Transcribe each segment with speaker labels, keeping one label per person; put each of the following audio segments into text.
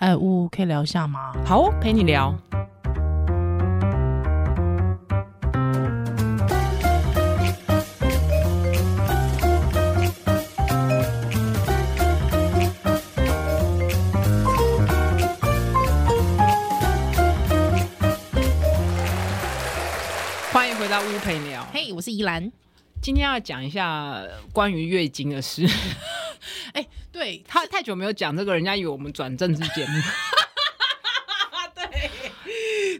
Speaker 1: 哎，呜，可以聊一下吗？
Speaker 2: 好哦，陪你聊。欢迎回到屋陪聊。
Speaker 1: 嘿、我是宜兰。
Speaker 2: 今天要讲一下关于月经的事。
Speaker 1: 哎、对，
Speaker 2: 他太久没有讲这个，人家以为我们转政治节目。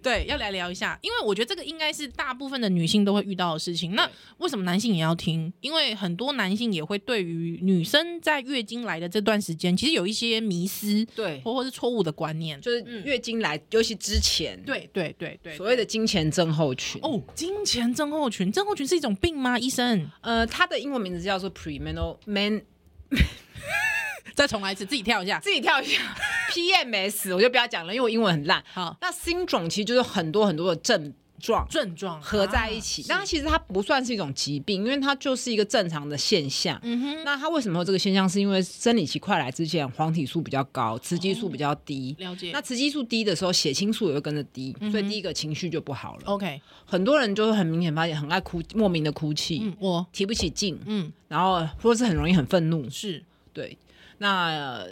Speaker 1: 对，要来聊一下，因为我觉得这个应该是大部分的女性都会遇到的事情。那为什么男性也要听？因为很多男性也会对于女生在月经来的这段时间，其实有一些迷思，
Speaker 2: 对，
Speaker 1: 或或是错误的观念。
Speaker 2: 就是月经来，尤其之前，
Speaker 1: 对对对对，
Speaker 2: 所谓的金钱症候群。
Speaker 1: 哦，金钱症候群，症候群是一种病吗？医生，
Speaker 2: 呃，它的英文名字叫做 premenal man，
Speaker 1: 再重来一次，自己跳一下。
Speaker 2: 自己跳一下 PMS，我就不要讲了，因为我英文很烂。
Speaker 1: 好，
Speaker 2: 那 syndrome 其实就是很多很多的症状
Speaker 1: 症状
Speaker 2: 合在一起，
Speaker 1: 啊
Speaker 2: 那、其实它不算是一种疾病，因为它就是一个正常的现象。
Speaker 1: 嗯哼，
Speaker 2: 那它为什么有这个现象？是因为生理期快来之前，黄体素比较高，雌激素比较低。
Speaker 1: 哦了解。
Speaker 2: 那雌激素低的时候，血清素也会跟着低，
Speaker 1: 嗯哼哦
Speaker 2: 所以第一个情绪就不好了。
Speaker 1: OK，
Speaker 2: 很多人就会很明显发现，很爱哭，莫名的哭泣，
Speaker 1: 嗯，我
Speaker 2: 提不起劲，
Speaker 1: 嗯
Speaker 2: 然后或是很容易很愤怒。
Speaker 1: 是
Speaker 2: 对，那、呃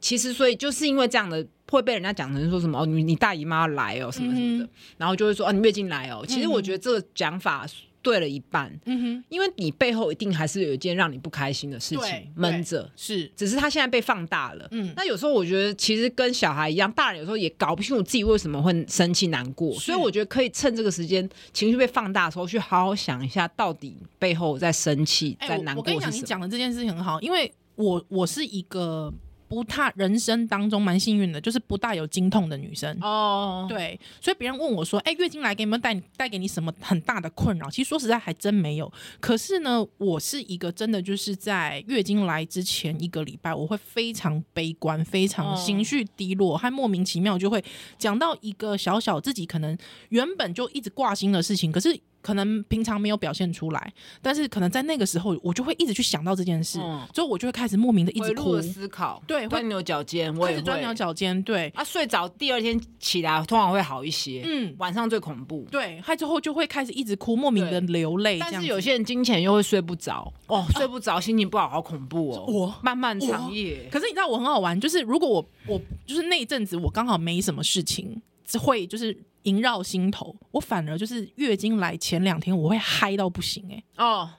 Speaker 2: 其实所以就是因为这样的，会被人家讲成说什么哦，你你大姨妈来哦，什么什么的，
Speaker 1: 嗯
Speaker 2: 然后就会说哦，你月经来哦。其实我
Speaker 1: 嗯
Speaker 2: 觉得这个讲法对了一半，
Speaker 1: 嗯
Speaker 2: 因为你背后一定还是有一件让你不开心的事
Speaker 1: 对
Speaker 2: 情闷着
Speaker 1: 哼，是
Speaker 2: 只是他现在被放大了。
Speaker 1: 嗯
Speaker 2: 那有时候我觉得，其实跟小孩一样，大人有时候也搞不清楚自己为什么会生气、难过，
Speaker 1: 是
Speaker 2: 所以我觉得可以趁这个时间情绪被放大的时候，去好好想一下，到底背后在生气、
Speaker 1: 哎、
Speaker 2: 在
Speaker 1: 我
Speaker 2: 难
Speaker 1: 我
Speaker 2: 过
Speaker 1: 跟你讲，
Speaker 2: 是
Speaker 1: 你
Speaker 2: 什么。
Speaker 1: 讲的这件事情很好，因为我我是一个不太人生当中蛮幸运的，就是不大有经痛的女生。
Speaker 2: 哦，
Speaker 1: 对，所以别人问我说：“哎、月经来给你们带带给你什么很大的困扰？”其实说实在还真没有。可是呢，我是一个真的就是在月经来之前一个礼拜，我会非常悲观，非常
Speaker 2: 哦
Speaker 1: 情绪低落，还莫名其妙就会讲到一个小小自己可能原本就一直挂心的事情，可是可能平常没有表现出来，但是可能在那个时候我就会一直去想到这件事，
Speaker 2: 嗯
Speaker 1: 所以我就会开始莫名的一直
Speaker 2: 回
Speaker 1: 哭
Speaker 2: 路的，思考，
Speaker 1: 对会
Speaker 2: 钻牛角尖，我
Speaker 1: 开
Speaker 2: 也
Speaker 1: 始钻牛
Speaker 2: 会。
Speaker 1: 角尖，对。
Speaker 2: 啊，睡着第二天起来通常会好一些，
Speaker 1: 嗯，
Speaker 2: 晚上最恐怖。
Speaker 1: 对，他之后就会开始一直哭，莫名的流泪。这
Speaker 2: 但
Speaker 1: 样
Speaker 2: 是
Speaker 1: 子
Speaker 2: 有些人金钱又会睡不着，哦，睡不着，心情不好，好恐怖哦。
Speaker 1: 我
Speaker 2: 漫漫
Speaker 1: 我
Speaker 2: 长夜，
Speaker 1: 可是你知道我很好玩，就是如果我我就是那一阵子我刚好没什么事情，只会就是萦绕心头，我反而就是月经来前两天我会嗨到不行哎、欸
Speaker 2: 哦，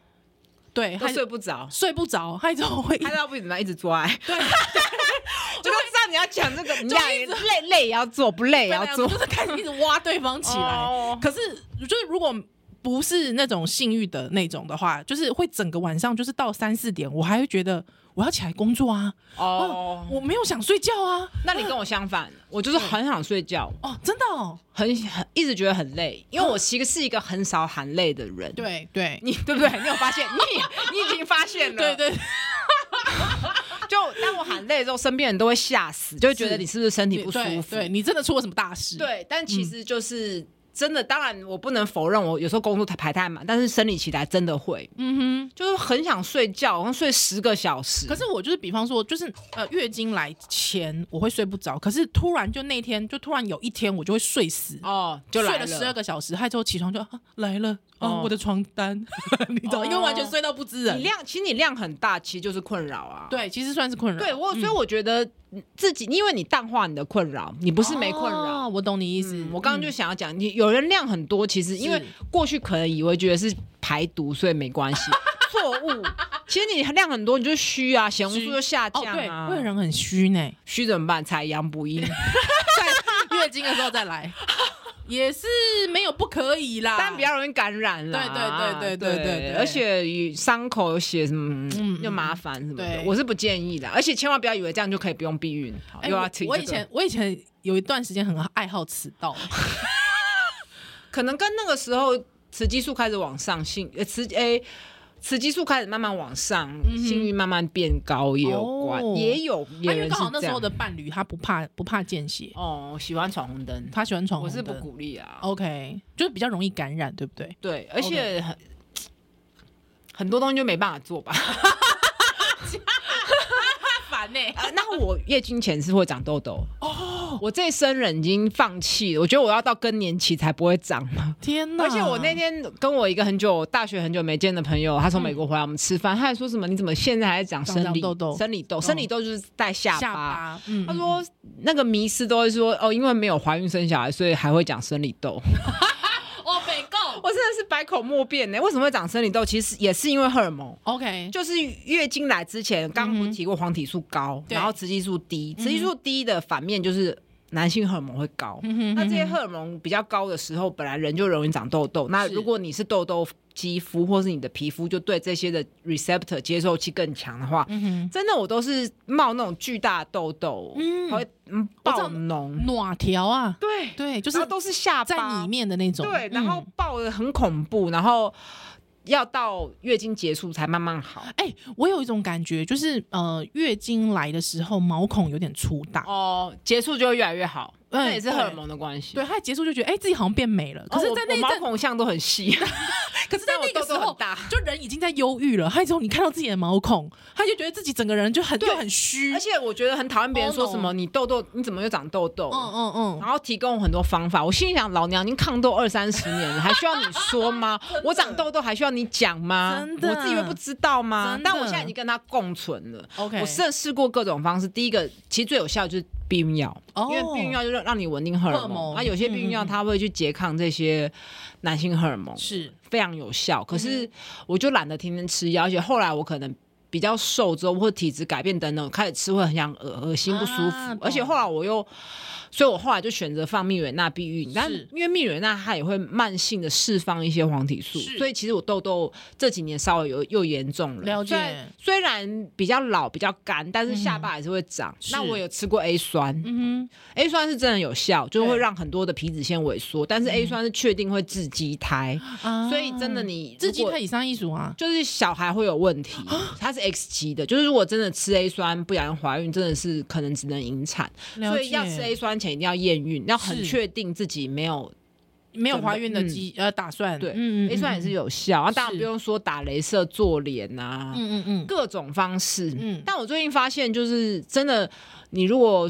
Speaker 1: 对，
Speaker 2: 都
Speaker 1: 嗨
Speaker 2: 睡 不着，
Speaker 1: 睡不着，嗨之后会
Speaker 2: 拍到不怎么一直做爱，
Speaker 1: 对，
Speaker 2: 就会知道你要讲这个，你
Speaker 1: 就
Speaker 2: 俩
Speaker 1: 一直
Speaker 2: 累累也要做，不累也要做
Speaker 1: 就是开始一直挖对方起来。
Speaker 2: 哦
Speaker 1: 可是就是如果不是那种性欲的那种的话，就是会整个晚上就是到三四点，我还会觉得我要起来工作啊，
Speaker 2: 哦。
Speaker 1: 我没有想睡觉啊，
Speaker 2: 那你跟我相反，我就是很想睡觉，
Speaker 1: 哦，真的哦，
Speaker 2: 很很一直觉得很累，因为我其实是一个很少喊累的人。
Speaker 1: 对对，
Speaker 2: 你对不对？你有发现？你你已经发现
Speaker 1: 对
Speaker 2: 了。
Speaker 1: 对，
Speaker 2: 就当我喊累的时候，身边人都会吓死，就会觉得
Speaker 1: 是
Speaker 2: 你是不是身体
Speaker 1: 对
Speaker 2: 不舒服？嗯
Speaker 1: 对你真的出了什么大事？，
Speaker 2: 对但其实就是。真的，当然我不能否认，我有时候工作排太满，但是生理期来真的会，
Speaker 1: 嗯哼。
Speaker 2: 就是很想睡觉，好像睡十个小时。
Speaker 1: 可是我就是，比方说，就是呃，月经来前我会睡不着，可是突然就那天，就突然有一天我就会睡死，
Speaker 2: 哦，就
Speaker 1: 睡
Speaker 2: 来
Speaker 1: 了十二个小时，害之后起床就、啊、来了，啊、
Speaker 2: 哦
Speaker 1: 我的床单， 你知道，因为完全睡到不知人。
Speaker 2: 你量，其实你量很大，其实就是困扰啊。
Speaker 1: 对，其实算是困扰。
Speaker 2: 对，我所以
Speaker 1: 嗯
Speaker 2: 我觉得自己，因为你淡化你的困扰，你不是没困扰。
Speaker 1: 哦我懂你意思。
Speaker 2: 嗯我刚刚就
Speaker 1: 嗯
Speaker 2: 想要讲，你有人量很多，其实因为
Speaker 1: 是
Speaker 2: 过去可能以为觉得是排毒，所以没关 系，错误。其实你量很多，你就虚啊，血红素就下
Speaker 1: 哦，
Speaker 2: 降
Speaker 1: 对，
Speaker 2: 啊
Speaker 1: 会，人很 虚呢，
Speaker 2: 虚怎么办？采阳补阴，
Speaker 1: 在月经的时候再来。也是没有不可以啦，
Speaker 2: 但比较容易感染啦。
Speaker 1: 对对对对对对
Speaker 2: 而且伤口有血什么，
Speaker 1: 嗯
Speaker 2: 嗯又麻烦什么的
Speaker 1: 对，
Speaker 2: 我是不建议的。而且千万不要以为这样就可以不用避孕，好
Speaker 1: 哎
Speaker 2: 又
Speaker 1: 我
Speaker 2: 要提
Speaker 1: 我
Speaker 2: 这
Speaker 1: 以
Speaker 2: 个
Speaker 1: 前我以前有一段时间很爱好迟 到，啊
Speaker 2: 可能跟那个时候雌激素开始往上，性呃雌诶。雌激素开始慢慢往上，
Speaker 1: 嗯哼
Speaker 2: 性欲慢慢变高也有关，
Speaker 1: 哦
Speaker 2: 也有
Speaker 1: 因
Speaker 2: 也有
Speaker 1: 为
Speaker 2: 人
Speaker 1: 刚
Speaker 2: 是
Speaker 1: 好那
Speaker 2: 这
Speaker 1: 时候
Speaker 2: 样
Speaker 1: 的伴侣他不怕不怕见血，
Speaker 2: 哦，喜欢闯红灯，
Speaker 1: 他喜欢闯
Speaker 2: 我
Speaker 1: 红
Speaker 2: 是
Speaker 1: 灯，哦
Speaker 2: 不鼓励啊。
Speaker 1: OK，就是比较容易感染，对不对？
Speaker 2: 对，而且很很多东西就没办法做吧。
Speaker 1: 烦呢、
Speaker 2: 呃那我月经前是会长痘痘哦，我这一生人已经放弃了，我觉得我要到更年期才不会长嘛。
Speaker 1: 天哪！
Speaker 2: 而且我那天跟我一个很久大学很久没见的朋友，他从美国回来，我们吃饭，他还说什么你怎么现在还在长
Speaker 1: 长
Speaker 2: 生理
Speaker 1: 痘痘
Speaker 2: 生理痘，生理痘就是在下
Speaker 1: 下
Speaker 2: 巴。
Speaker 1: 巴，嗯，
Speaker 2: 他说那个迷思都会说哦，因为没有怀孕生小孩，所以还会长生理痘。
Speaker 1: 哦，北购
Speaker 2: 我真的是百口莫辩呢、为什么会长生理痘？其实也是因为荷尔蒙。
Speaker 1: ，OK，
Speaker 2: 就是月经来之前，刚刚不是提过黄体素高，
Speaker 1: 对
Speaker 2: 然后雌激素低，雌激素低的反面就是男性荷尔蒙会高。
Speaker 1: 嗯哼
Speaker 2: 那这些荷尔蒙比较高的时候，本来人就容易长痘痘。那如果你是痘痘肌肤，或是你的皮肤就对这些的 receptor 接受器更强的话，
Speaker 1: 嗯
Speaker 2: 真的我都是冒那种巨大的痘痘，
Speaker 1: 嗯
Speaker 2: 还会嗯
Speaker 1: 我知
Speaker 2: 爆
Speaker 1: 道
Speaker 2: 脓
Speaker 1: 哼，，暖条啊，
Speaker 2: 对，
Speaker 1: 对，就
Speaker 2: 就是是都是下巴
Speaker 1: 在里面的那种，
Speaker 2: 对，然后
Speaker 1: 嗯。
Speaker 2: 爆的很恐怖，然后要到月经结束才慢慢好。
Speaker 1: 哎、我有一种感觉，就是呃，月经来的时候毛孔有点粗大，
Speaker 2: 哦，结束就会越来越好，
Speaker 1: 嗯
Speaker 2: 那也是荷尔蒙的关系。哦
Speaker 1: 对，，它结束就觉得哎、自己好像变美了。可是，在那一
Speaker 2: 毛
Speaker 1: 阵，
Speaker 2: 孔像都很细，
Speaker 1: 可是在
Speaker 2: 但我
Speaker 1: 那个
Speaker 2: 痘
Speaker 1: 时
Speaker 2: 痘
Speaker 1: 候
Speaker 2: 很，大
Speaker 1: 就人已经在忧郁了。还之后你看到自己的毛孔，他就觉得自己整个人就很
Speaker 2: 对
Speaker 1: 就很虚。
Speaker 2: 而且我觉得很讨厌别人说什
Speaker 1: 哦
Speaker 2: 么你痘痘你怎么又长痘痘，
Speaker 1: 嗯嗯
Speaker 2: 然后提供很多方法。我心里想，老娘已经抗痘二三十年了，还需要你 说吗？我长痘痘还需要你讲吗？
Speaker 1: 真的
Speaker 2: 我自己会不知道吗
Speaker 1: 真的？
Speaker 2: 但我现在已经跟他共存了。
Speaker 1: OK
Speaker 2: 我试试过各种方式，第一个其实最有效的就是避孕药。
Speaker 1: 嗯，
Speaker 2: 因为避孕药就让让你稳定荷
Speaker 1: 荷
Speaker 2: 尔
Speaker 1: 尔蒙嗯
Speaker 2: 蒙，啊，有些避孕药它会去拮抗这些男性荷尔蒙，
Speaker 1: 是
Speaker 2: 非常有效。可
Speaker 1: 嗯
Speaker 2: 是我就懒得天天吃药，而且后来我可能比较瘦之后，或体质改变等等，我开始吃会很想恶恶心不舒服，
Speaker 1: 啊懂
Speaker 2: 而且后来我又，所以我后来就选择放蜜蕊钠避孕，但因为蜜蕊钠它也会慢性的释放一些黄体素
Speaker 1: 是，
Speaker 2: 所以其实我痘痘这几年稍微有又严重了，
Speaker 1: 了解
Speaker 2: 虽然虽然比较老比较干，但是下巴还是会长。
Speaker 1: 嗯是
Speaker 2: 那我有吃过 A 酸，
Speaker 1: 嗯
Speaker 2: A 酸是真的有效，就
Speaker 1: 对嗯
Speaker 2: 会让很多的皮脂腺萎缩，但是 A 酸是确定会致畸胎，
Speaker 1: 哼，啊
Speaker 2: 所以真的你
Speaker 1: 自己
Speaker 2: 如果啊
Speaker 1: 看以上艺术啊，
Speaker 2: 就是小孩会有问题，它是 X 级的，就是如果真的吃 A 酸，不然怀孕真的是可能只能引产，
Speaker 1: 了
Speaker 2: 所以要
Speaker 1: 解嗯
Speaker 2: 吃 A 酸前一定要验孕，要很
Speaker 1: 是
Speaker 2: 确定自己没有
Speaker 1: 没有怀孕的
Speaker 2: 嗯
Speaker 1: 机呃打算，
Speaker 2: 对、
Speaker 1: 嗯
Speaker 2: A 酸也是，有效，啊、当然
Speaker 1: 是
Speaker 2: 不用说打镭射做脸啊，
Speaker 1: 嗯嗯嗯，
Speaker 2: 各种方式。
Speaker 1: 嗯
Speaker 2: 嗯，但我最近发现，就是真的，你如果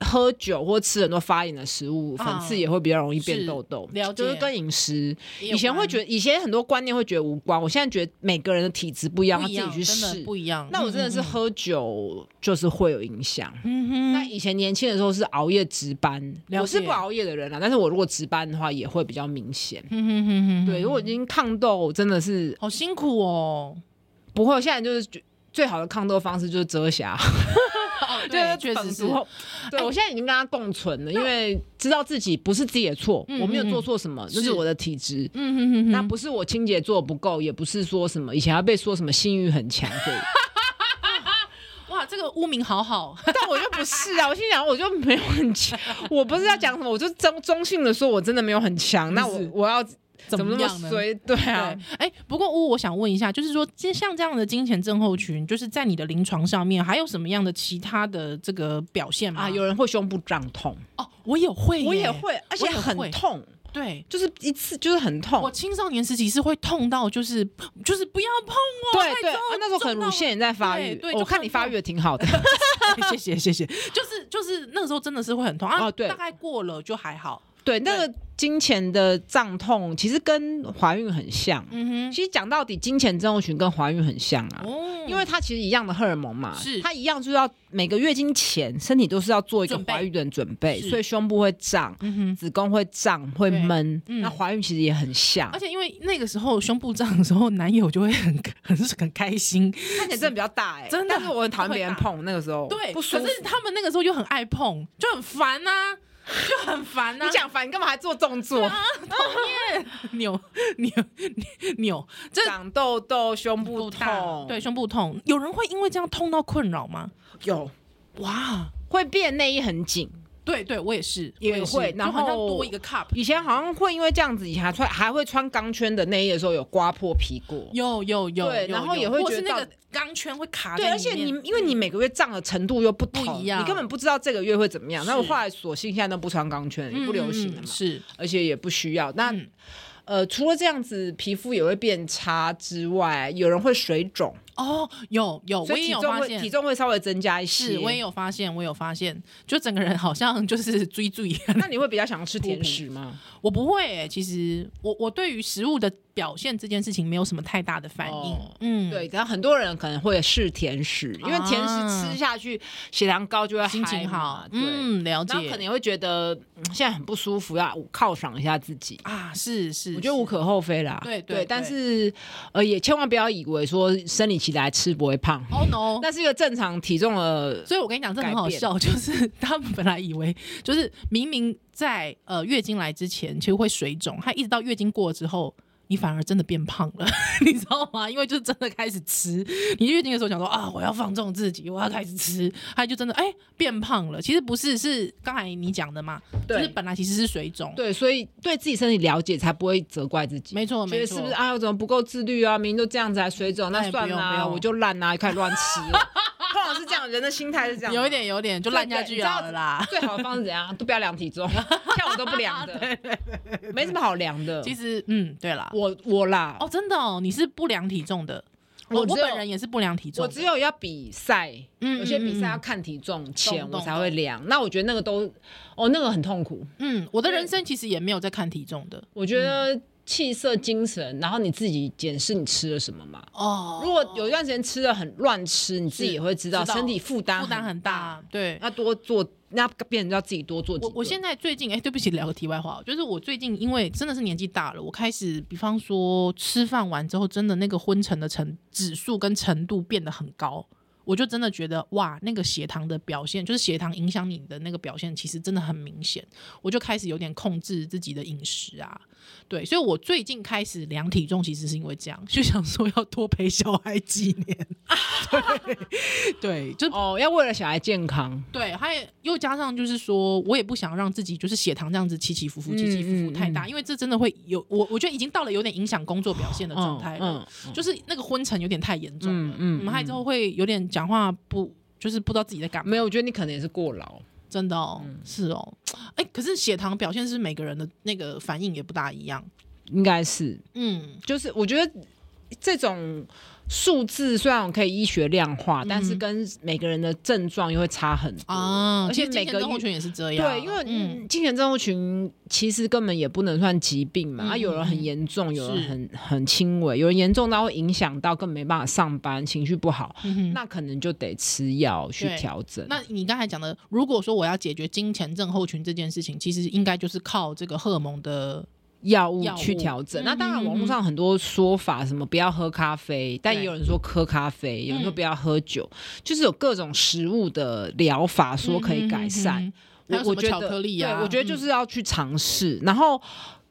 Speaker 2: 喝酒或吃很多发炎的食物，
Speaker 1: 啊
Speaker 2: 粉刺也会比较容易变痘痘
Speaker 1: 是了。解
Speaker 2: 就是跟饮食，
Speaker 1: 嗯也有
Speaker 2: 以前会觉得，以前很多观念会觉得无关，我现在觉得每个人的体质不一样，
Speaker 1: 不
Speaker 2: 要
Speaker 1: 一
Speaker 2: 自
Speaker 1: 样
Speaker 2: 己去
Speaker 1: 真的
Speaker 2: 试。
Speaker 1: 不一样。
Speaker 2: 那我真的是
Speaker 1: 嗯，
Speaker 2: 喝酒就是会有影响。
Speaker 1: 嗯
Speaker 2: 那
Speaker 1: 嗯
Speaker 2: 以前年轻的时候是熬夜值班，
Speaker 1: 了解
Speaker 2: 我是不熬夜的人啦，啊但是我如果值班的话也会比较明显。
Speaker 1: 嗯哼哼哼，
Speaker 2: 对，如果已经抗痘，真的是
Speaker 1: 好辛苦哦，
Speaker 2: 不会。现在就是觉最好的抗痘方式就是遮瑕。
Speaker 1: 哦
Speaker 2: 对，
Speaker 1: 确实是哎
Speaker 2: 粉。毒。对，我现在已经跟他共存了，因为知道自己不是自己的错，
Speaker 1: 嗯
Speaker 2: 我没有做错什么，那
Speaker 1: 是
Speaker 2: 是我的体质。
Speaker 1: 嗯哼哼哼，
Speaker 2: 那不是我清洁做得不够，也不是说什么以前还被说什么性欲很强，对。
Speaker 1: 哇，这个污名好好，
Speaker 2: 但我就不是啊，我心想我就没有很 强，我不是要讲什么，我就中中性的说我真的没有很强，那我
Speaker 1: 是
Speaker 2: 我要
Speaker 1: 怎
Speaker 2: 么
Speaker 1: 么
Speaker 2: 那
Speaker 1: 样
Speaker 2: 么
Speaker 1: 呢？
Speaker 2: 衰？对
Speaker 1: 对，
Speaker 2: 啊
Speaker 1: 哎、，不过乌，我想问一下，就是说，其实像这样的金钱症候群，就是在你的临床上面，还有什么样的其他的这个表现吗？
Speaker 2: 啊，有人会胸部胀痛，
Speaker 1: 哦，我也会耶，
Speaker 2: 我也会，而且
Speaker 1: 我也会
Speaker 2: 很痛，
Speaker 1: 对。
Speaker 2: 就是一次就是很痛
Speaker 1: 我。青少年时期是会痛到，就是就是不要碰我，
Speaker 2: 对
Speaker 1: 太
Speaker 2: 对，
Speaker 1: 重
Speaker 2: 啊那时候可能乳腺也在发
Speaker 1: 对
Speaker 2: 育
Speaker 1: 对，
Speaker 2: 哦
Speaker 1: 就
Speaker 2: 我看
Speaker 1: 看
Speaker 2: 你发
Speaker 1: 痛
Speaker 2: 育的挺好 的。
Speaker 1: 谢谢谢 谢，就是就是那个时候真的是会很痛啊，
Speaker 2: 哦对
Speaker 1: 大概过了就还好，
Speaker 2: 对，那个金钱的胀痛其实跟怀孕很像。啊
Speaker 1: 嗯哼，
Speaker 2: 其实讲到底，金钱症候群跟怀孕很像啊，
Speaker 1: 哦
Speaker 2: 因为它其实一样的荷尔蒙嘛，
Speaker 1: 是
Speaker 2: 它一样就是要每个月经前，身体都是要做一个
Speaker 1: 准备
Speaker 2: 怀孕的准备，
Speaker 1: 是
Speaker 2: 所以胸部会胀，
Speaker 1: 嗯哼，
Speaker 2: 子宫会胀，会
Speaker 1: 对
Speaker 2: 闷。
Speaker 1: 嗯
Speaker 2: 那怀孕其实也很像
Speaker 1: 而，且因为那个时候胸部胀的时候，男友就会很 很很开心，
Speaker 2: 看起来真的比较大哎、
Speaker 1: 真的
Speaker 2: 但是我很讨厌别人
Speaker 1: 会大
Speaker 2: 碰那个时候，
Speaker 1: 对，
Speaker 2: 不舒服
Speaker 1: 可。是他们那个时候又很爱碰，就很烦呐、啊就很烦啊呐、
Speaker 2: 你讲烦，你干嘛还做动作？
Speaker 1: 啊扭 扭扭扭，这
Speaker 2: 长痘痘、胸部
Speaker 1: 不大
Speaker 2: 痛，
Speaker 1: 对，胸部痛，有人会因为这样痛到困扰吗？
Speaker 2: 有
Speaker 1: 哇，
Speaker 2: 会变内衣很紧。
Speaker 1: 对对，我也是，
Speaker 2: 也
Speaker 1: 我是
Speaker 2: 会
Speaker 1: 就
Speaker 2: 然
Speaker 1: 好像
Speaker 2: 后
Speaker 1: 多一个 cup，
Speaker 2: 以前好像会因为这样子，以前还穿还会穿钢圈的内衣的时候有刮破皮过。
Speaker 1: 有有有，
Speaker 2: 对
Speaker 1: 有
Speaker 2: 然后
Speaker 1: 有
Speaker 2: 也会
Speaker 1: 或
Speaker 2: 觉
Speaker 1: 是
Speaker 2: 得
Speaker 1: 那
Speaker 2: 到
Speaker 1: 个钢圈会卡在
Speaker 2: 对，
Speaker 1: 里
Speaker 2: 而且你
Speaker 1: 面嗯
Speaker 2: 因为你每个月胀的程度又不同，
Speaker 1: 不一样
Speaker 2: 你根本不知道这个月会怎么样。
Speaker 1: 是
Speaker 2: 那我后来索性现在都不穿钢圈了，也不流行
Speaker 1: 嗯
Speaker 2: 了
Speaker 1: 嗯
Speaker 2: 嘛，
Speaker 1: 是
Speaker 2: 而且也不需要。那、
Speaker 1: 嗯
Speaker 2: 呃，除了这样子皮肤也会变差之外，有人会水肿，
Speaker 1: 哦，有有，我
Speaker 2: 所以
Speaker 1: 也
Speaker 2: 体
Speaker 1: 有
Speaker 2: 重
Speaker 1: 发
Speaker 2: 会
Speaker 1: 现，
Speaker 2: 体重会稍微增加一些。
Speaker 1: 是我也有发现，我有发现，就整个人好像就是追追。
Speaker 2: 那你会比较想要吃甜食吗？
Speaker 1: 我不会、欸，其实我我对于食物的表现这件事情没有什么太大的反应。
Speaker 2: 哦
Speaker 1: 嗯，啊
Speaker 2: 对，然后很多人可能会是甜食，因为甜食吃下去血糖高就会
Speaker 1: 心
Speaker 2: 嗨
Speaker 1: 情
Speaker 2: 嘛
Speaker 1: 好，
Speaker 2: 对。
Speaker 1: 嗯，了
Speaker 2: 然后
Speaker 1: 解，
Speaker 2: 可能也会觉得、嗯现在很不舒服，要犒赏一下自己。
Speaker 1: 啊，是是，
Speaker 2: 我觉得
Speaker 1: 是
Speaker 2: 无可厚非啦，
Speaker 1: 对对
Speaker 2: 对
Speaker 1: 对
Speaker 2: 但是呃，也千万不要以为说生理期来吃不会胖，
Speaker 1: Oh no！
Speaker 2: 那是一个正常体重的。
Speaker 1: 所以我跟你讲，这很
Speaker 2: 改
Speaker 1: 好
Speaker 2: 变
Speaker 1: 笑， 就是他们本来以为就是明明在呃月经来之前其实会水肿，他一直到月经过了之后。你反而真的变胖了， 你知道吗？因为就是真的开始吃。你月经的时候想说啊，我要放纵自己，我要开始吃，他就真的哎、变胖了。其实不是，是刚才你讲的嘛，就
Speaker 2: 对
Speaker 1: 是本来其实是水肿。
Speaker 2: 对，所以对自己身体了解，才不会责怪自己。
Speaker 1: 没错
Speaker 2: 觉
Speaker 1: 没
Speaker 2: 得
Speaker 1: 错，
Speaker 2: 是不是啊？我怎么不够自律啊？明明就这样子还水肿，
Speaker 1: 哎
Speaker 2: 那
Speaker 1: 不
Speaker 2: 算啦、
Speaker 1: 用不用
Speaker 2: 我就烂啊，开始乱吃了。通常是这样，人的心态是这样，
Speaker 1: 有一点有一点就烂下
Speaker 2: 对对
Speaker 1: 去
Speaker 2: 你知道
Speaker 1: 好了啦。
Speaker 2: 最好的方式怎样？都不要量 体重，像我都不量的，没什么好量的。
Speaker 1: 其实嗯，对啦，
Speaker 2: 我我啦，
Speaker 1: 哦，真的哦，你是不良体重的，哦
Speaker 2: 我
Speaker 1: 我
Speaker 2: 只有
Speaker 1: 本人也是不良体重
Speaker 2: 我
Speaker 1: 的，
Speaker 2: 只有要比赛，
Speaker 1: 嗯
Speaker 2: 有些比赛
Speaker 1: 嗯嗯
Speaker 2: 要看体重前
Speaker 1: 懂懂
Speaker 2: 我才会量。那我觉得那个都，哦，那个很痛苦。
Speaker 1: 嗯，我的人生其实也没有在看体重的
Speaker 2: 我觉得气色、精神，然后你自己检视你吃了什么嘛。
Speaker 1: 哦
Speaker 2: 如果有一段时间吃的很乱吃，你自己也会知道
Speaker 1: 知道
Speaker 2: 身体负担
Speaker 1: 负担很大，，对。
Speaker 2: 要多做，那变成要自己多做几
Speaker 1: 我
Speaker 2: 顿。
Speaker 1: 我现在最近哎、对不起，聊个题外话，就是我最近因为真的是年纪大了，我开始比方说吃饭完之后，真的那个昏沉的程指数跟程度变得很高，我就真的觉得哇，那个血糖的表现，就是血糖影响你的那个表现，其实真的很明显。我就开始有点控制自己的饮食啊，对，所以我最近开始量体重，其实是因为这样，就想说要多陪小孩几年， 对， 对，就
Speaker 2: 哦，要为了小孩健康，
Speaker 1: 对，还有又加上就是说，我也不想让自己就是血糖这样子起起伏伏、起起伏伏
Speaker 2: 嗯嗯
Speaker 1: 太大，因为这真的会有我，我觉得已经到了有点影响工作表现的状态了，
Speaker 2: 嗯嗯
Speaker 1: 就是那个昏沉有点太严重了，
Speaker 2: 嗯
Speaker 1: 嗯，还有之后会有点讲话不就是不知道自己在干嘛，
Speaker 2: 没有，我觉得你可能也是过劳。
Speaker 1: 真的哦，
Speaker 2: 嗯
Speaker 1: 是哦，哎、可是血糖表现是每个人的那个反应也不大一样，
Speaker 2: 应该是，
Speaker 1: 嗯，
Speaker 2: 就是我觉得这种数字虽然可以医学量化，但是跟每个人的症状又会差很多
Speaker 1: 啊，
Speaker 2: 而
Speaker 1: 其
Speaker 2: 且
Speaker 1: 实精
Speaker 2: 哦每
Speaker 1: 神
Speaker 2: 个
Speaker 1: 症候
Speaker 2: 月。
Speaker 1: 群也是这样，
Speaker 2: 对，因为
Speaker 1: 嗯
Speaker 2: 嗯，精神症候群其实根本也不能算疾病嘛，
Speaker 1: 嗯
Speaker 2: 啊，有人
Speaker 1: 嗯
Speaker 2: 很严重，有人
Speaker 1: 是
Speaker 2: 很很轻微，有人严重到会影响到更没办法上班，情绪不好，
Speaker 1: 嗯哼
Speaker 2: 那可能就得吃药去
Speaker 1: 对
Speaker 2: 调整。
Speaker 1: 那你刚才讲的，如果说我要解决金钱症候群这件事情，其实应该就是靠这个荷尔蒙的，
Speaker 2: 药物
Speaker 1: 药
Speaker 2: 去
Speaker 1: 物
Speaker 2: 调整。
Speaker 1: 嗯
Speaker 2: 那当然，
Speaker 1: 嗯
Speaker 2: 网络上很多说法，什么不要喝咖啡，但
Speaker 1: 对
Speaker 2: 也有人说喝咖啡，有人说
Speaker 1: 嗯
Speaker 2: 不要喝酒，就是有各种食物的疗法说可以改善。
Speaker 1: 嗯还有什
Speaker 2: 我
Speaker 1: 么
Speaker 2: 我觉得
Speaker 1: 巧克力啊
Speaker 2: 对，我觉得就
Speaker 1: 嗯
Speaker 2: 是要去尝试，然后。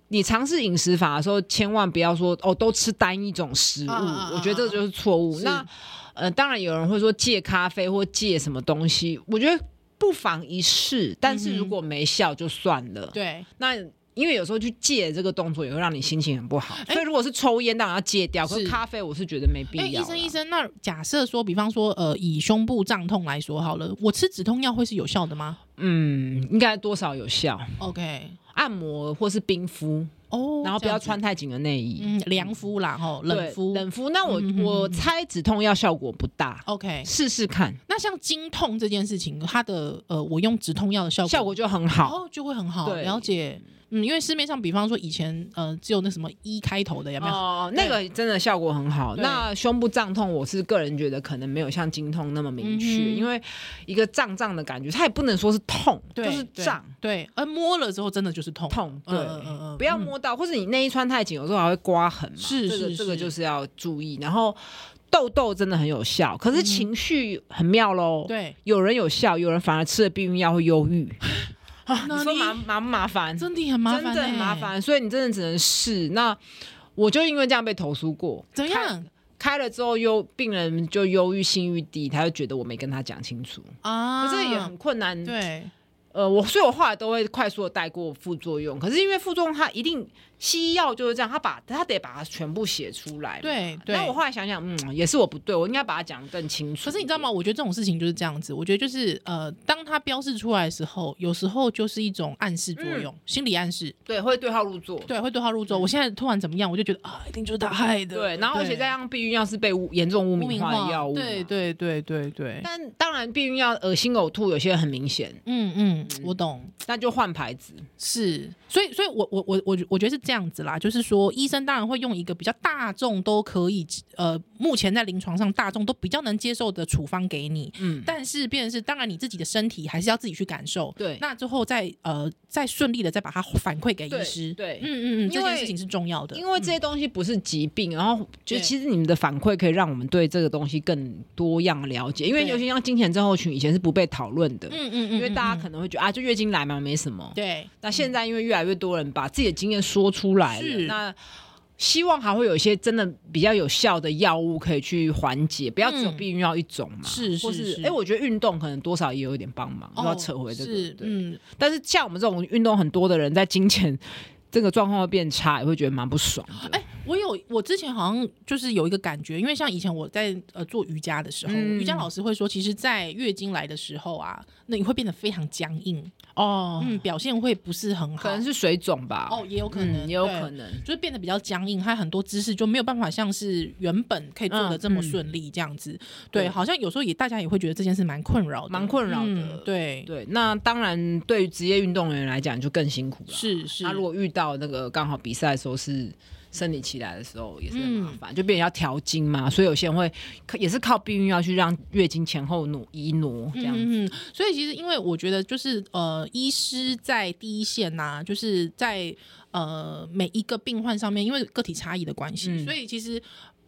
Speaker 2: 你尝试饮食法的时候，千万不要说哦，都吃单一种食物，
Speaker 1: 啊啊啊啊
Speaker 2: 我觉得这就是错误。
Speaker 1: 是
Speaker 2: 那呃，当然有人会说戒咖啡或戒什么东西，我觉得不妨一试，但是
Speaker 1: 嗯
Speaker 2: 如
Speaker 1: 哼
Speaker 2: 果没效就算了。
Speaker 1: 对，哎
Speaker 2: 那因为有时候去戒这个动作也会让你心情很不好，所以如果是抽烟，当然要戒掉。可
Speaker 1: 哎是
Speaker 2: 是咖啡，我是觉得没必
Speaker 1: 哎，
Speaker 2: 要
Speaker 1: 医
Speaker 2: 啦。
Speaker 1: 生医生，那假设说，比方说，呃，以胸部胀痛来说好了，我吃止痛药会是有效的吗
Speaker 2: 嗯，应该多少有效。
Speaker 1: ？OK，
Speaker 2: 按摩或是冰敷，
Speaker 1: 哦，
Speaker 2: 然后不
Speaker 1: 这样
Speaker 2: 要
Speaker 1: 子，
Speaker 2: 穿太紧的内衣，
Speaker 1: 嗯，凉敷啦，吼，冷
Speaker 2: 对
Speaker 1: 敷，
Speaker 2: 冷敷。那我
Speaker 1: 嗯嗯哎嗯
Speaker 2: 我
Speaker 1: 嗯
Speaker 2: 猜止痛药效果不大，
Speaker 1: ，OK。
Speaker 2: 试试看，
Speaker 1: 那像经痛这件事情，它的呃，我用止痛药的效果
Speaker 2: 效果就很好。
Speaker 1: 哦，就会很好，
Speaker 2: 对
Speaker 1: 了解。嗯，因为市面上，比方说以前呃，只有那什么一开头的，有没有？
Speaker 2: 哦，那个真的效果很好。
Speaker 1: 对
Speaker 2: 那胸部胀痛，我是个人觉得可能没有像经痛那么明确，
Speaker 1: 嗯哼
Speaker 2: 因为一个胀胀的感觉，它也不能说是痛，
Speaker 1: 对，
Speaker 2: 就是
Speaker 1: 对
Speaker 2: 胀。，
Speaker 1: 对，而摸了之后真的就是痛，
Speaker 2: 痛，对，
Speaker 1: 嗯嗯嗯嗯
Speaker 2: 不要摸到，或者你内衣穿太紧，有时候还会刮痕嘛，
Speaker 1: 是
Speaker 2: 这
Speaker 1: 是
Speaker 2: 个这个
Speaker 1: 是
Speaker 2: 就是要注意。然后痘痘真的很有效，可是情绪很妙喽，，
Speaker 1: 嗯对，
Speaker 2: 有人有效，有人反而吃了避孕药会忧郁。啊，你
Speaker 1: 哪
Speaker 2: 说
Speaker 1: 里
Speaker 2: 麻麻不麻烦，
Speaker 1: 真的很麻烦、欸
Speaker 2: 真的很麻。烦，所以你真的只能试。那我就因为这样被投诉过，
Speaker 1: 怎
Speaker 2: 看
Speaker 1: 样
Speaker 2: 开了之后忧病人就忧郁、性欲低，他就觉得我没跟他讲清楚，
Speaker 1: 啊？
Speaker 2: 可是也很困难。
Speaker 1: 对，
Speaker 2: 呃，我所以我后来都会快速的带过副作用，可是因为副作用它一定西医药就是这样，他把他得把它全部写出来嘛。
Speaker 1: 对对
Speaker 2: 那我后来想想，嗯，也是我不对，我应该把它讲得更清楚。
Speaker 1: 可是你知道吗？？我觉得这种事情就是这样子。我觉得就是呃，当它标示出来的时候，有时候就是一种暗示作
Speaker 2: 嗯
Speaker 1: 用，心理暗示，
Speaker 2: 对，会对号入座。
Speaker 1: 对，会对号入座。我现在突然怎么样，我就觉得啊，一定就是他害的。
Speaker 2: 嗯对，然后而且再让避孕药是被污严重污
Speaker 1: 污
Speaker 2: 名
Speaker 1: 名
Speaker 2: 化
Speaker 1: 化
Speaker 2: 的药物嘛。
Speaker 1: 对对对对对，
Speaker 2: 但当然，避孕药恶心呕吐有些很明显，
Speaker 1: 嗯嗯，我懂。
Speaker 2: 那就换牌子。
Speaker 1: 是，所以，所以我我我我我觉得是这样子啦，就是说，医生当然会用一个比较大众都可以，呃，目前在临床上大众都比较能接受的处方给你，
Speaker 2: 嗯，
Speaker 1: 但是变成是，当然你自己的身体还是要自己去感受，
Speaker 2: 对
Speaker 1: 那之后再呃再顺利的再把它反馈给医
Speaker 2: 对
Speaker 1: 师，
Speaker 2: 对
Speaker 1: 嗯嗯嗯，这件
Speaker 2: 因为
Speaker 1: 事情是重要的，
Speaker 2: 因为这些东西不是疾病，然后
Speaker 1: 嗯
Speaker 2: 就
Speaker 1: 对
Speaker 2: 其实你们的反馈可以让我们对这个东西更多样了解，因为
Speaker 1: 对
Speaker 2: 尤其像金钱症候群以前是不被讨论的，
Speaker 1: 嗯嗯嗯，
Speaker 2: 因为
Speaker 1: 嗯
Speaker 2: 大家
Speaker 1: 嗯
Speaker 2: 可能会觉得啊，就月经来嘛，没什么。
Speaker 1: 对
Speaker 2: 那现在因为越来越多人把自己的经验说出来了
Speaker 1: 是，
Speaker 2: 那希望还会有一些真的比较有效的药物可以去缓解，不要只有
Speaker 1: 嗯
Speaker 2: 避孕药一种嘛。
Speaker 1: 是
Speaker 2: 或
Speaker 1: 是
Speaker 2: 是
Speaker 1: 是哦
Speaker 2: 哎、我觉得运动可能多少也有一点帮忙，又要扯回这个。
Speaker 1: 是
Speaker 2: 对，
Speaker 1: 嗯，
Speaker 2: 但是像我们这种运动很多的人，在金钱 这个状况会变差，也会觉得蛮不爽的。
Speaker 1: 哎、我有，我之前好像就是有一个感觉，因为像以前我在呃做瑜伽的时候，
Speaker 2: 嗯
Speaker 1: 瑜伽老师会说，其实，在月经来的时候啊，那你会变得非常僵硬，
Speaker 2: 哦，
Speaker 1: 嗯，表现会不是很好，
Speaker 2: 可能是水肿吧。
Speaker 1: 哦，，也有可能，
Speaker 2: 嗯，也有
Speaker 1: 对
Speaker 2: 可。能。
Speaker 1: 就是变得比较僵硬，还有很多姿势就没有办法像是原本可以做的这么顺利这样子。对，
Speaker 2: 嗯对
Speaker 1: 好像有时候也大家也会觉得这件事蛮困扰的，嗯
Speaker 2: 蛮困扰的
Speaker 1: 对，
Speaker 2: 对，啊那当然，对于职业运动员来讲就更辛苦了。
Speaker 1: 是是
Speaker 2: 他如果遇到那个刚好比赛的时候是生理期来的时候，也是很麻烦，就变成要调经嘛。所以有些人会也是靠避孕药去让月经前后挪移挪这样子。
Speaker 1: 嗯嗯嗯，所以其实因为我觉得就是呃，医师在第一线呐、就是在呃每一个病患上面，因为个体差异的关系，
Speaker 2: 嗯
Speaker 1: 所以其实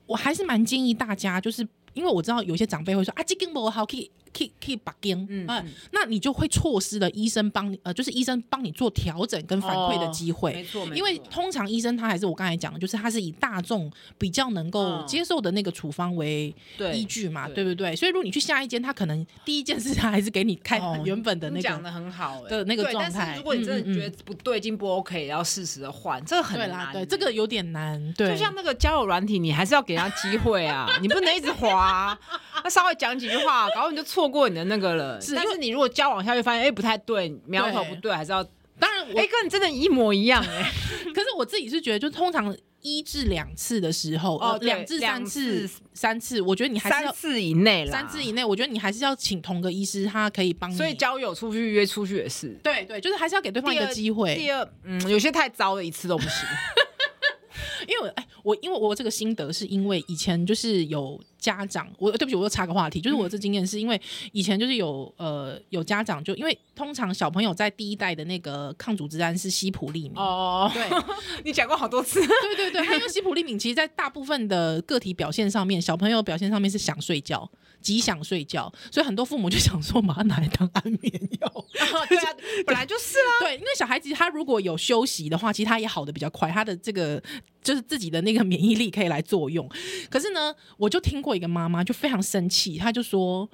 Speaker 1: 我还是蛮建议大家，就是因为我知道有些长辈会说啊，这根不好，可以可以可以把根，嗯、
Speaker 2: 嗯
Speaker 1: 呃
Speaker 2: 嗯，
Speaker 1: 那你就会错失了医生帮你呃，就是医生帮你做调整跟反馈的
Speaker 2: 哦
Speaker 1: 机会。
Speaker 2: 没错，没
Speaker 1: 因为
Speaker 2: 错
Speaker 1: 通常医生他还是我刚才讲的，就是他是以大众比较能够
Speaker 2: 嗯
Speaker 1: 接受的那个处方为
Speaker 2: 对
Speaker 1: 依据嘛，对
Speaker 2: 对
Speaker 1: 不对？所以如果你去下一间，他可能第一件事他还是给你看
Speaker 2: 哦
Speaker 1: 原本的
Speaker 2: 你
Speaker 1: 那
Speaker 2: 讲的
Speaker 1: 个。
Speaker 2: 很好、欸，
Speaker 1: 的那个
Speaker 2: 对
Speaker 1: 状
Speaker 2: 但
Speaker 1: 态
Speaker 2: 是如果你真
Speaker 1: 嗯嗯
Speaker 2: 的觉得不对劲、不 OK，然后适时的换，这个很
Speaker 1: 对
Speaker 2: 难、
Speaker 1: 啦，
Speaker 2: 欸
Speaker 1: 啊对，这个有点难，对，
Speaker 2: 就像那个交友软体，你还是要给他机会 啊，你不能一直滑、啊，那稍微讲几句话，搞不好你就错过你的那个了。
Speaker 1: 是
Speaker 2: 但
Speaker 1: 因
Speaker 2: 是你如果交往下去，发现哎、不太对，苗头不对，还是要
Speaker 1: 当然我
Speaker 2: 哎、哥，你真的一模一样 哎、
Speaker 1: 可是我自己是觉得，就通常一至两次的时候，
Speaker 2: 哦
Speaker 1: 呃
Speaker 2: 对
Speaker 1: 两至三
Speaker 2: 两
Speaker 1: 次
Speaker 2: 次、
Speaker 1: 三次，我觉得你还是
Speaker 2: 三
Speaker 1: 要
Speaker 2: 次以内啦，
Speaker 1: 三次以内，我觉得你还是要请同个医师，他可以帮你。
Speaker 2: 所以交友出去约出去也是。
Speaker 1: 对对，就是还是要给对方一个机会。
Speaker 2: 第二，嗯，有些太糟了，一次都不行。
Speaker 1: 因为我哎，我因为我有这个心得，是因为以前就是有家长，我对不起，我又插个话题，就是我这经验是因为以前就是有呃有家长就因为通常小朋友在第一代的那个抗组织胺是西普利敏。
Speaker 2: 哦，
Speaker 1: 对
Speaker 2: 你讲过好多次。
Speaker 1: 对对对，它因为西普利敏，其实，在大部分的个体表现上面，小朋友表现上面是想睡觉，极想睡觉，所以很多父母就想说， 把它拿来当安眠药。
Speaker 2: 对啊，本来就是啦、
Speaker 1: 对，因为小孩子他如果有休息的话，其实他也好的比较快，他的这个就是自己的那个免疫力可以来作用。可是呢，我就听过一个妈妈就非常生气，她就说。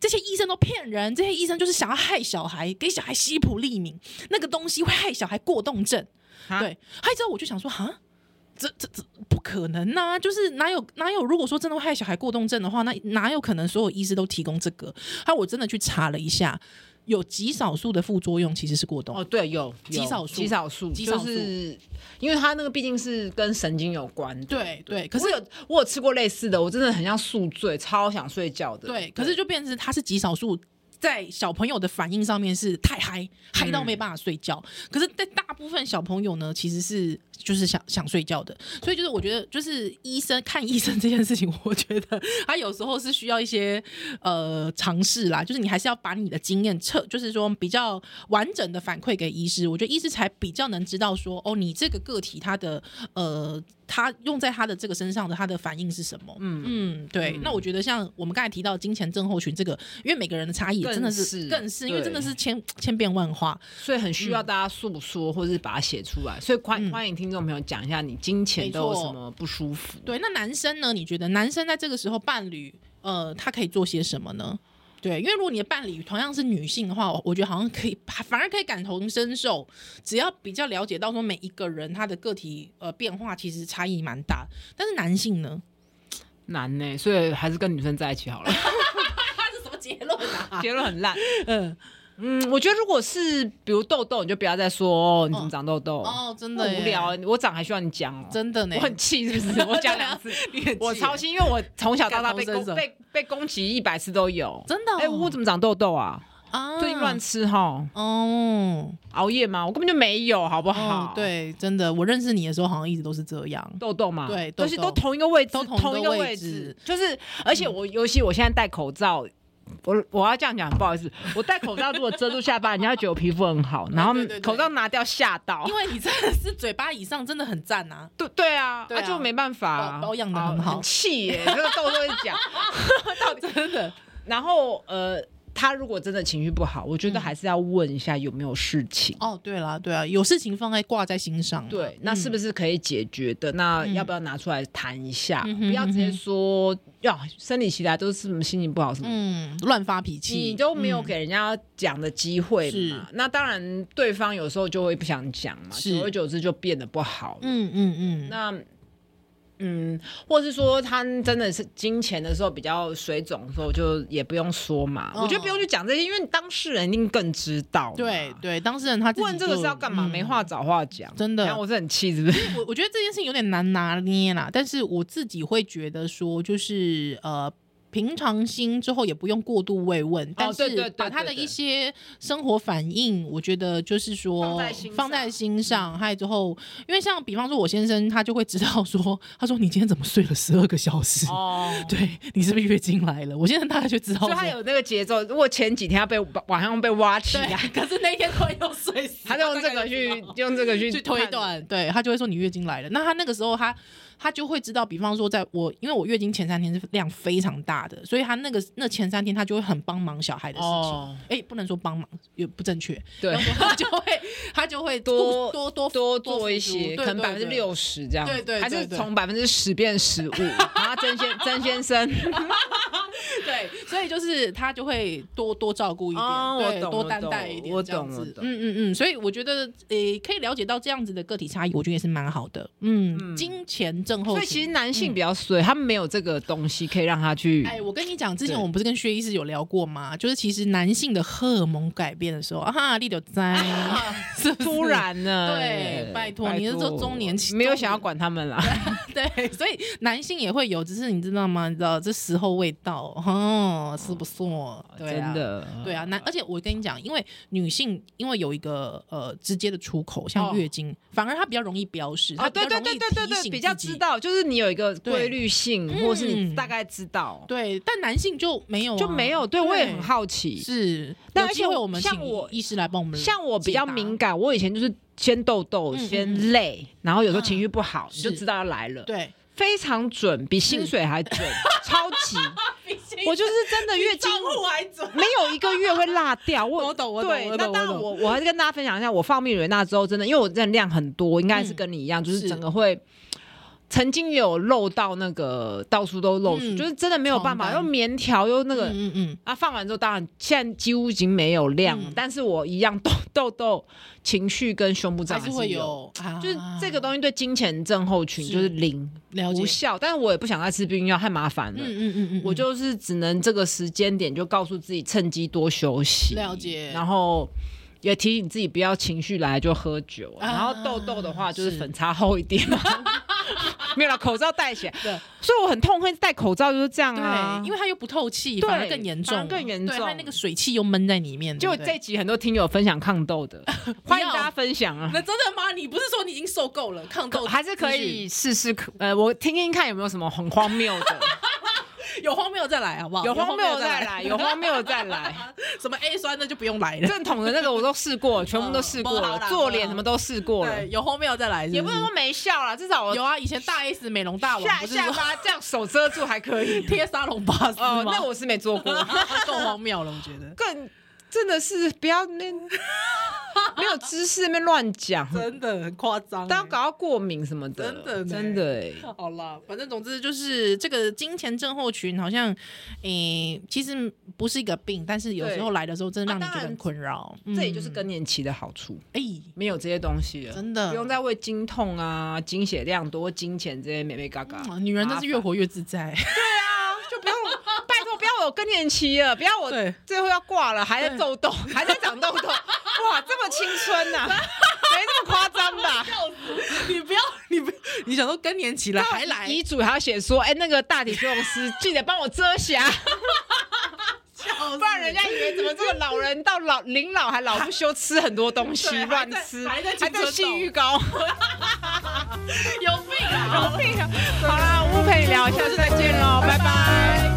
Speaker 1: 这些医生都骗人，这些医生就是想要害小孩，给小孩西普利敏，那个东西会害小孩过动症。
Speaker 2: 啊
Speaker 1: 对，害之后我就想说，哈，这这这不可能呐、就是哪有哪有，如果说真的会害小孩过动症的话，那哪有可能所有医师都提供这个？还有我真的去查了一下，有极少数的副作用其实是过动。
Speaker 2: 哦，对，有有
Speaker 1: 极少数
Speaker 2: 极少数，
Speaker 1: 极少数
Speaker 2: 就是因为它那个毕竟是跟神经有关的。
Speaker 1: 对对，可是
Speaker 2: 我有我有吃过类似的，我真的很像宿醉，超想睡觉的。
Speaker 1: 对，可是就变成是他是极少数。在小朋友的反应上面是太嗨，嗨到
Speaker 2: 嗯
Speaker 1: 没办法睡觉。可是，在大部分小朋友呢，其实是就是想想睡觉的。所以，就是我觉得，就是医生看医生这件事情，我觉得他有时候是需要一些呃尝试啦，就是你还是要把你的经验测，就是说比较完整的反馈给医师。我觉得医师才比较能知道说，哦，你这个个体他的呃。他用在他的这个身上的他的反应是什么？
Speaker 2: 嗯
Speaker 1: 嗯，对。那我觉得像我们刚才提到金钱症候群这个，因为每个人的差异
Speaker 2: 更
Speaker 1: 真的是
Speaker 2: 是
Speaker 1: 更是，因为
Speaker 2: 对
Speaker 1: 真的是千千变万化。
Speaker 2: 所以很需要大家诉说，或是把它写出来。所以欢
Speaker 1: 嗯
Speaker 2: 欢迎听众朋友讲一下你金钱都有什么不舒服。
Speaker 1: 对，那男生呢？你觉得男生在这个时候伴侣，呃，他可以做些什么呢？对，因为如果你的伴侣同样是女性的话，我我觉得好像可以，反而可以感同身受。只要比较了解到说每一个人他的个体呃变化，其实差异蛮大。但是男性呢？
Speaker 2: 难呢、所以还是跟女生在一起好 了。
Speaker 1: 他是什么结论啊？
Speaker 2: 结论很烂。
Speaker 1: 嗯，
Speaker 2: 嗯，我觉得如果是比如痘痘，你就不要再说、哦、你怎么长痘痘
Speaker 1: 哦，真的
Speaker 2: 很
Speaker 1: 耶
Speaker 2: 无聊、，欸我长还需要你讲哦，
Speaker 1: 真的呢欸
Speaker 2: 我。很气是不是？我 讲两次，我超
Speaker 1: 气
Speaker 2: 气，因为我从小到大被
Speaker 1: 感同身受
Speaker 2: 攻被被攻击一百次都有。
Speaker 1: 真的哦
Speaker 2: 哎、我怎么长痘痘啊？
Speaker 1: 啊
Speaker 2: 最近乱吃哈，
Speaker 1: 哦
Speaker 2: 熬夜吗？我根本就没有，好不
Speaker 1: 哦
Speaker 2: 好？，，
Speaker 1: 对，真的，我认识你的时候好像一直都是这样。
Speaker 2: 痘痘嘛，
Speaker 1: 对
Speaker 2: 都是
Speaker 1: 痘
Speaker 2: 都
Speaker 1: 痘
Speaker 2: 同一个位置，
Speaker 1: 都同一个
Speaker 2: 同一个
Speaker 1: 位
Speaker 2: 位
Speaker 1: 置嗯
Speaker 2: 置，就是而且我尤其我现在戴口罩。我我要这样讲，不好意思， 我戴口罩如果遮住下巴，人家觉得我皮肤很好，然后
Speaker 1: 嗯对对对
Speaker 2: 口罩拿掉吓到，
Speaker 1: 因为你真的是嘴巴以上真的很赞啊，
Speaker 2: 对对啊，
Speaker 1: 对啊
Speaker 2: 啊就没办法啊，
Speaker 1: 保保养得很好
Speaker 2: 啊气耶，这个痘痘会 讲。
Speaker 1: 真的。
Speaker 2: 然后呃，他如果真的情绪不好，我觉
Speaker 1: 嗯
Speaker 2: 得还是要问一下有没有事情。
Speaker 1: 哦，对啦，对啊，有事情放在挂在心上啊。
Speaker 2: 对，那是不是可以解决的？那要不要拿出来谈一下？
Speaker 1: 嗯哼
Speaker 2: 不要直接
Speaker 1: 嗯哼
Speaker 2: 说呀，生理期来都是什么心情不好什么。
Speaker 1: 嗯，乱发脾气，嗯
Speaker 2: 你都没有给人家讲的机会嘛？那当然，对方有时候就会不想讲嘛，
Speaker 1: 是
Speaker 2: 久而久之就变得不好了。
Speaker 1: 嗯。嗯嗯嗯，
Speaker 2: 那嗯，或是说他真的是金钱的时候比较水肿的时候，就也不用说嘛。
Speaker 1: 哦
Speaker 2: 我觉得不用去讲这些，因为当事人一定更知道嘛。
Speaker 1: 对对，当事人他自己
Speaker 2: 问这个
Speaker 1: 就是
Speaker 2: 要干嘛？
Speaker 1: 嗯
Speaker 2: 没话找话讲，
Speaker 1: 真的
Speaker 2: 然后我是很气，是不是？
Speaker 1: 我我觉得这件事情有点难拿捏啦，但是我自己会觉得说，就是呃。平常心之后也不用过度慰问，但
Speaker 2: 哦对对
Speaker 1: 是
Speaker 2: 对
Speaker 1: 把他的
Speaker 2: 对对
Speaker 1: 一些生活反应，我觉得就是说
Speaker 2: 放在心上嗯
Speaker 1: 放在心上。还有之后，因为像比方说我先生，他就会知道说，他说你今天怎么睡了十二个小时？
Speaker 2: 哦。
Speaker 1: 对你是不是月经来了？我现在大概就知道
Speaker 2: 所
Speaker 1: 说，
Speaker 2: 以他有那个节奏，如果前几天他被晚上被挖起来，
Speaker 1: 对，可是那天突然又睡死，
Speaker 2: 啊他就用这 个去
Speaker 1: 大概就知道
Speaker 2: 用这个去
Speaker 1: 去推
Speaker 2: 判
Speaker 1: 断，对他就会说你月经来了。那他那个时候他他就会知道，比方说在我因为我月经前三天是量非常大的，所以他那个那前三天他就会很帮忙小孩的事情。
Speaker 2: 哦，
Speaker 1: 哎、不能说帮忙也不正确，
Speaker 2: 对
Speaker 1: 要，说他就会他就会
Speaker 2: 多
Speaker 1: 多多
Speaker 2: 多
Speaker 1: 付
Speaker 2: 做
Speaker 1: 出
Speaker 2: 一些，
Speaker 1: 对
Speaker 2: 可能百分之。
Speaker 1: 对对
Speaker 2: 六十这样，
Speaker 1: 对对对
Speaker 2: 还是
Speaker 1: 对
Speaker 2: 从百分之十 变十五，然后曾先曾先生，
Speaker 1: 对，所以就是他就会多多照顾一点，
Speaker 2: 哦我
Speaker 1: 对，
Speaker 2: 懂
Speaker 1: 多
Speaker 2: 我
Speaker 1: 担
Speaker 2: 懂
Speaker 1: 待一点，
Speaker 2: 我
Speaker 1: 这样
Speaker 2: 懂
Speaker 1: 子
Speaker 2: 我懂
Speaker 1: 嗯嗯嗯，所以我觉得诶、可以了解到这样子的个体差异，我觉得也是蛮好的。嗯，金钱症候群。
Speaker 2: 所以其实男性比较衰，他们没有这个东西可以让他去
Speaker 1: 嗯哎，我跟你讲，之前
Speaker 2: 对
Speaker 1: 我们不是跟薛医师有聊过吗？就是其实男性的荷尔蒙改变的时候，啊哈，你就 在，是不是
Speaker 2: 突然呢。
Speaker 1: 对拜托你是说中年期
Speaker 2: 没有想要管他们啦。
Speaker 1: 对，所以男性也会有，只是你知道吗？你知道这时候未到，哦，是不错，对啊
Speaker 2: 真。的，
Speaker 1: 对啊，男，而且我跟你讲，因为女性因为有一个呃直接的出口，像
Speaker 2: 哦
Speaker 1: 月经，反而她比较容易标示，
Speaker 2: 啊，
Speaker 1: 她比
Speaker 2: 对
Speaker 1: 较
Speaker 2: 对
Speaker 1: 容
Speaker 2: 对
Speaker 1: 易
Speaker 2: 对对
Speaker 1: 提
Speaker 2: 对，
Speaker 1: 醒
Speaker 2: 比较
Speaker 1: 自己
Speaker 2: 知。道，就是你有一个
Speaker 1: 对
Speaker 2: 规律性，
Speaker 1: 嗯
Speaker 2: 或是你大概知道，
Speaker 1: 对，但男性就没有啊、
Speaker 2: 就没有。对我也很好奇，
Speaker 1: 是。
Speaker 2: 但
Speaker 1: 有
Speaker 2: 而
Speaker 1: 机
Speaker 2: 且
Speaker 1: 会
Speaker 2: 我
Speaker 1: 我们
Speaker 2: 像
Speaker 1: 请
Speaker 2: 我
Speaker 1: 医师来帮我们，
Speaker 2: 像我比较敏，感，我以前就是先痘痘，
Speaker 1: 嗯
Speaker 2: 先累，然后有时候情绪不好，
Speaker 1: 是
Speaker 2: 你就知道要来了，
Speaker 1: 对，
Speaker 2: 非常准，比薪水还准，超 级。我就是真的月经
Speaker 1: 还准。
Speaker 2: 没有一个月会落掉。我
Speaker 1: 我懂我懂
Speaker 2: 对，
Speaker 1: 我懂
Speaker 2: 那当
Speaker 1: 我
Speaker 2: 然
Speaker 1: 懂
Speaker 2: 我我还是跟大家分享一下，我放蜜蕊那之后，真的因为我真的量很多，应该是跟你一样，就是
Speaker 1: 是
Speaker 2: 整个会。曾经有漏到那个到处都漏出，
Speaker 1: 嗯
Speaker 2: 就是真的没有办法，
Speaker 1: 床
Speaker 2: 又
Speaker 1: 单
Speaker 2: 棉条又那个、
Speaker 1: 嗯嗯嗯，
Speaker 2: 啊，放完之后当然现在几乎已经没有量，
Speaker 1: 嗯
Speaker 2: 但是我一样痘痘痘、情绪跟胸部
Speaker 1: 还
Speaker 2: 胀
Speaker 1: 是
Speaker 2: 还
Speaker 1: 会
Speaker 2: 有，
Speaker 1: 有，啊
Speaker 2: 就是这个东西对金钱症候群
Speaker 1: 是
Speaker 2: 就是零
Speaker 1: 了解
Speaker 2: 无。效，但是我也不想再吃避孕药，太麻烦了。
Speaker 1: 嗯嗯嗯嗯，
Speaker 2: 我就是只能这个时间点就告诉自己趁机多休息，
Speaker 1: 了解
Speaker 2: 然后。也提醒自己不要情绪来就喝酒，
Speaker 1: 啊
Speaker 2: 然后痘痘的话就是
Speaker 1: 是
Speaker 2: 粉擦厚一点， 没有啦，口罩戴起来。
Speaker 1: 对
Speaker 2: 所以我很痛恨戴口罩就是这样啊，
Speaker 1: 对，因为它又不透气，
Speaker 2: 对
Speaker 1: 反而更严重
Speaker 2: 反
Speaker 1: 了，
Speaker 2: 而更严
Speaker 1: 对它
Speaker 2: 重
Speaker 1: 那个水汽又闷在里面。
Speaker 2: 就
Speaker 1: 对不
Speaker 2: 这
Speaker 1: 对
Speaker 2: 集很多听友分享抗痘 的，欢迎大家分享 啊
Speaker 1: 那，真的吗？你不是说你已经受够了抗痘？
Speaker 2: 还是可以试试。呃，我听听看有没有什么很荒谬的，
Speaker 1: 有荒谬再来好不好？
Speaker 2: 有荒
Speaker 1: 再
Speaker 2: 谬再来，有荒谬再来。
Speaker 1: 什么 A 酸那就不用来了。
Speaker 2: 正统的那个我都试过，全部都试过
Speaker 1: 嗯不好
Speaker 2: 了
Speaker 1: 啦，
Speaker 2: 做脸什么都试过了
Speaker 1: 对，，有荒谬再来是是，
Speaker 2: 也不能说没效啦，至少我
Speaker 1: 有啊。以前大 S 美容大王
Speaker 2: 下
Speaker 1: 不是
Speaker 2: 下
Speaker 1: 说。
Speaker 2: 巴这样手遮住还可以
Speaker 1: 贴沙龙巴斯吗？
Speaker 2: 哦， 那我是没做 过，
Speaker 1: 够荒谬了，我觉得
Speaker 2: 更真的是不要那没有知识那边乱讲，
Speaker 1: 真的很夸张欸
Speaker 2: 都要搞到过敏什么的，
Speaker 1: 真的呢
Speaker 2: 真的哎。
Speaker 1: 好啦，反正总之就是这个金钱症候群，好像诶、其实不是一个病，但是有时候来的时候，真的让你觉得很困扰。嗯
Speaker 2: 这也就是更年期的好处，
Speaker 1: 哎、
Speaker 2: 没有这些东西了，
Speaker 1: 真的
Speaker 2: 不用再为经痛啊、经血量多、经前这些美美嘎嘎。
Speaker 1: 嗯女人真是越活越自在。
Speaker 2: 就不用，拜托不要我更年期了，不要我
Speaker 1: 对
Speaker 2: 最后要挂了，还在皱痘，还在长痘 痘，哇，这么青春呐、没那么夸张吧？
Speaker 1: 你不要，你不，你想说更年期了还来，
Speaker 2: 遗嘱还要写说，哎、那个大体修容师记得帮我 遮瑕，
Speaker 1: 不
Speaker 2: 不然人家以为怎么这个老人到老临老还老不休，吃很多东西
Speaker 1: 对
Speaker 2: 乱
Speaker 1: 还在
Speaker 2: 吃，
Speaker 1: 还在青
Speaker 2: 还在
Speaker 1: 春
Speaker 2: 性
Speaker 1: 痘
Speaker 2: 欲高，
Speaker 1: 有病啊！
Speaker 2: 有病啊！好啦，我们陪你聊，下次再见喽，拜拜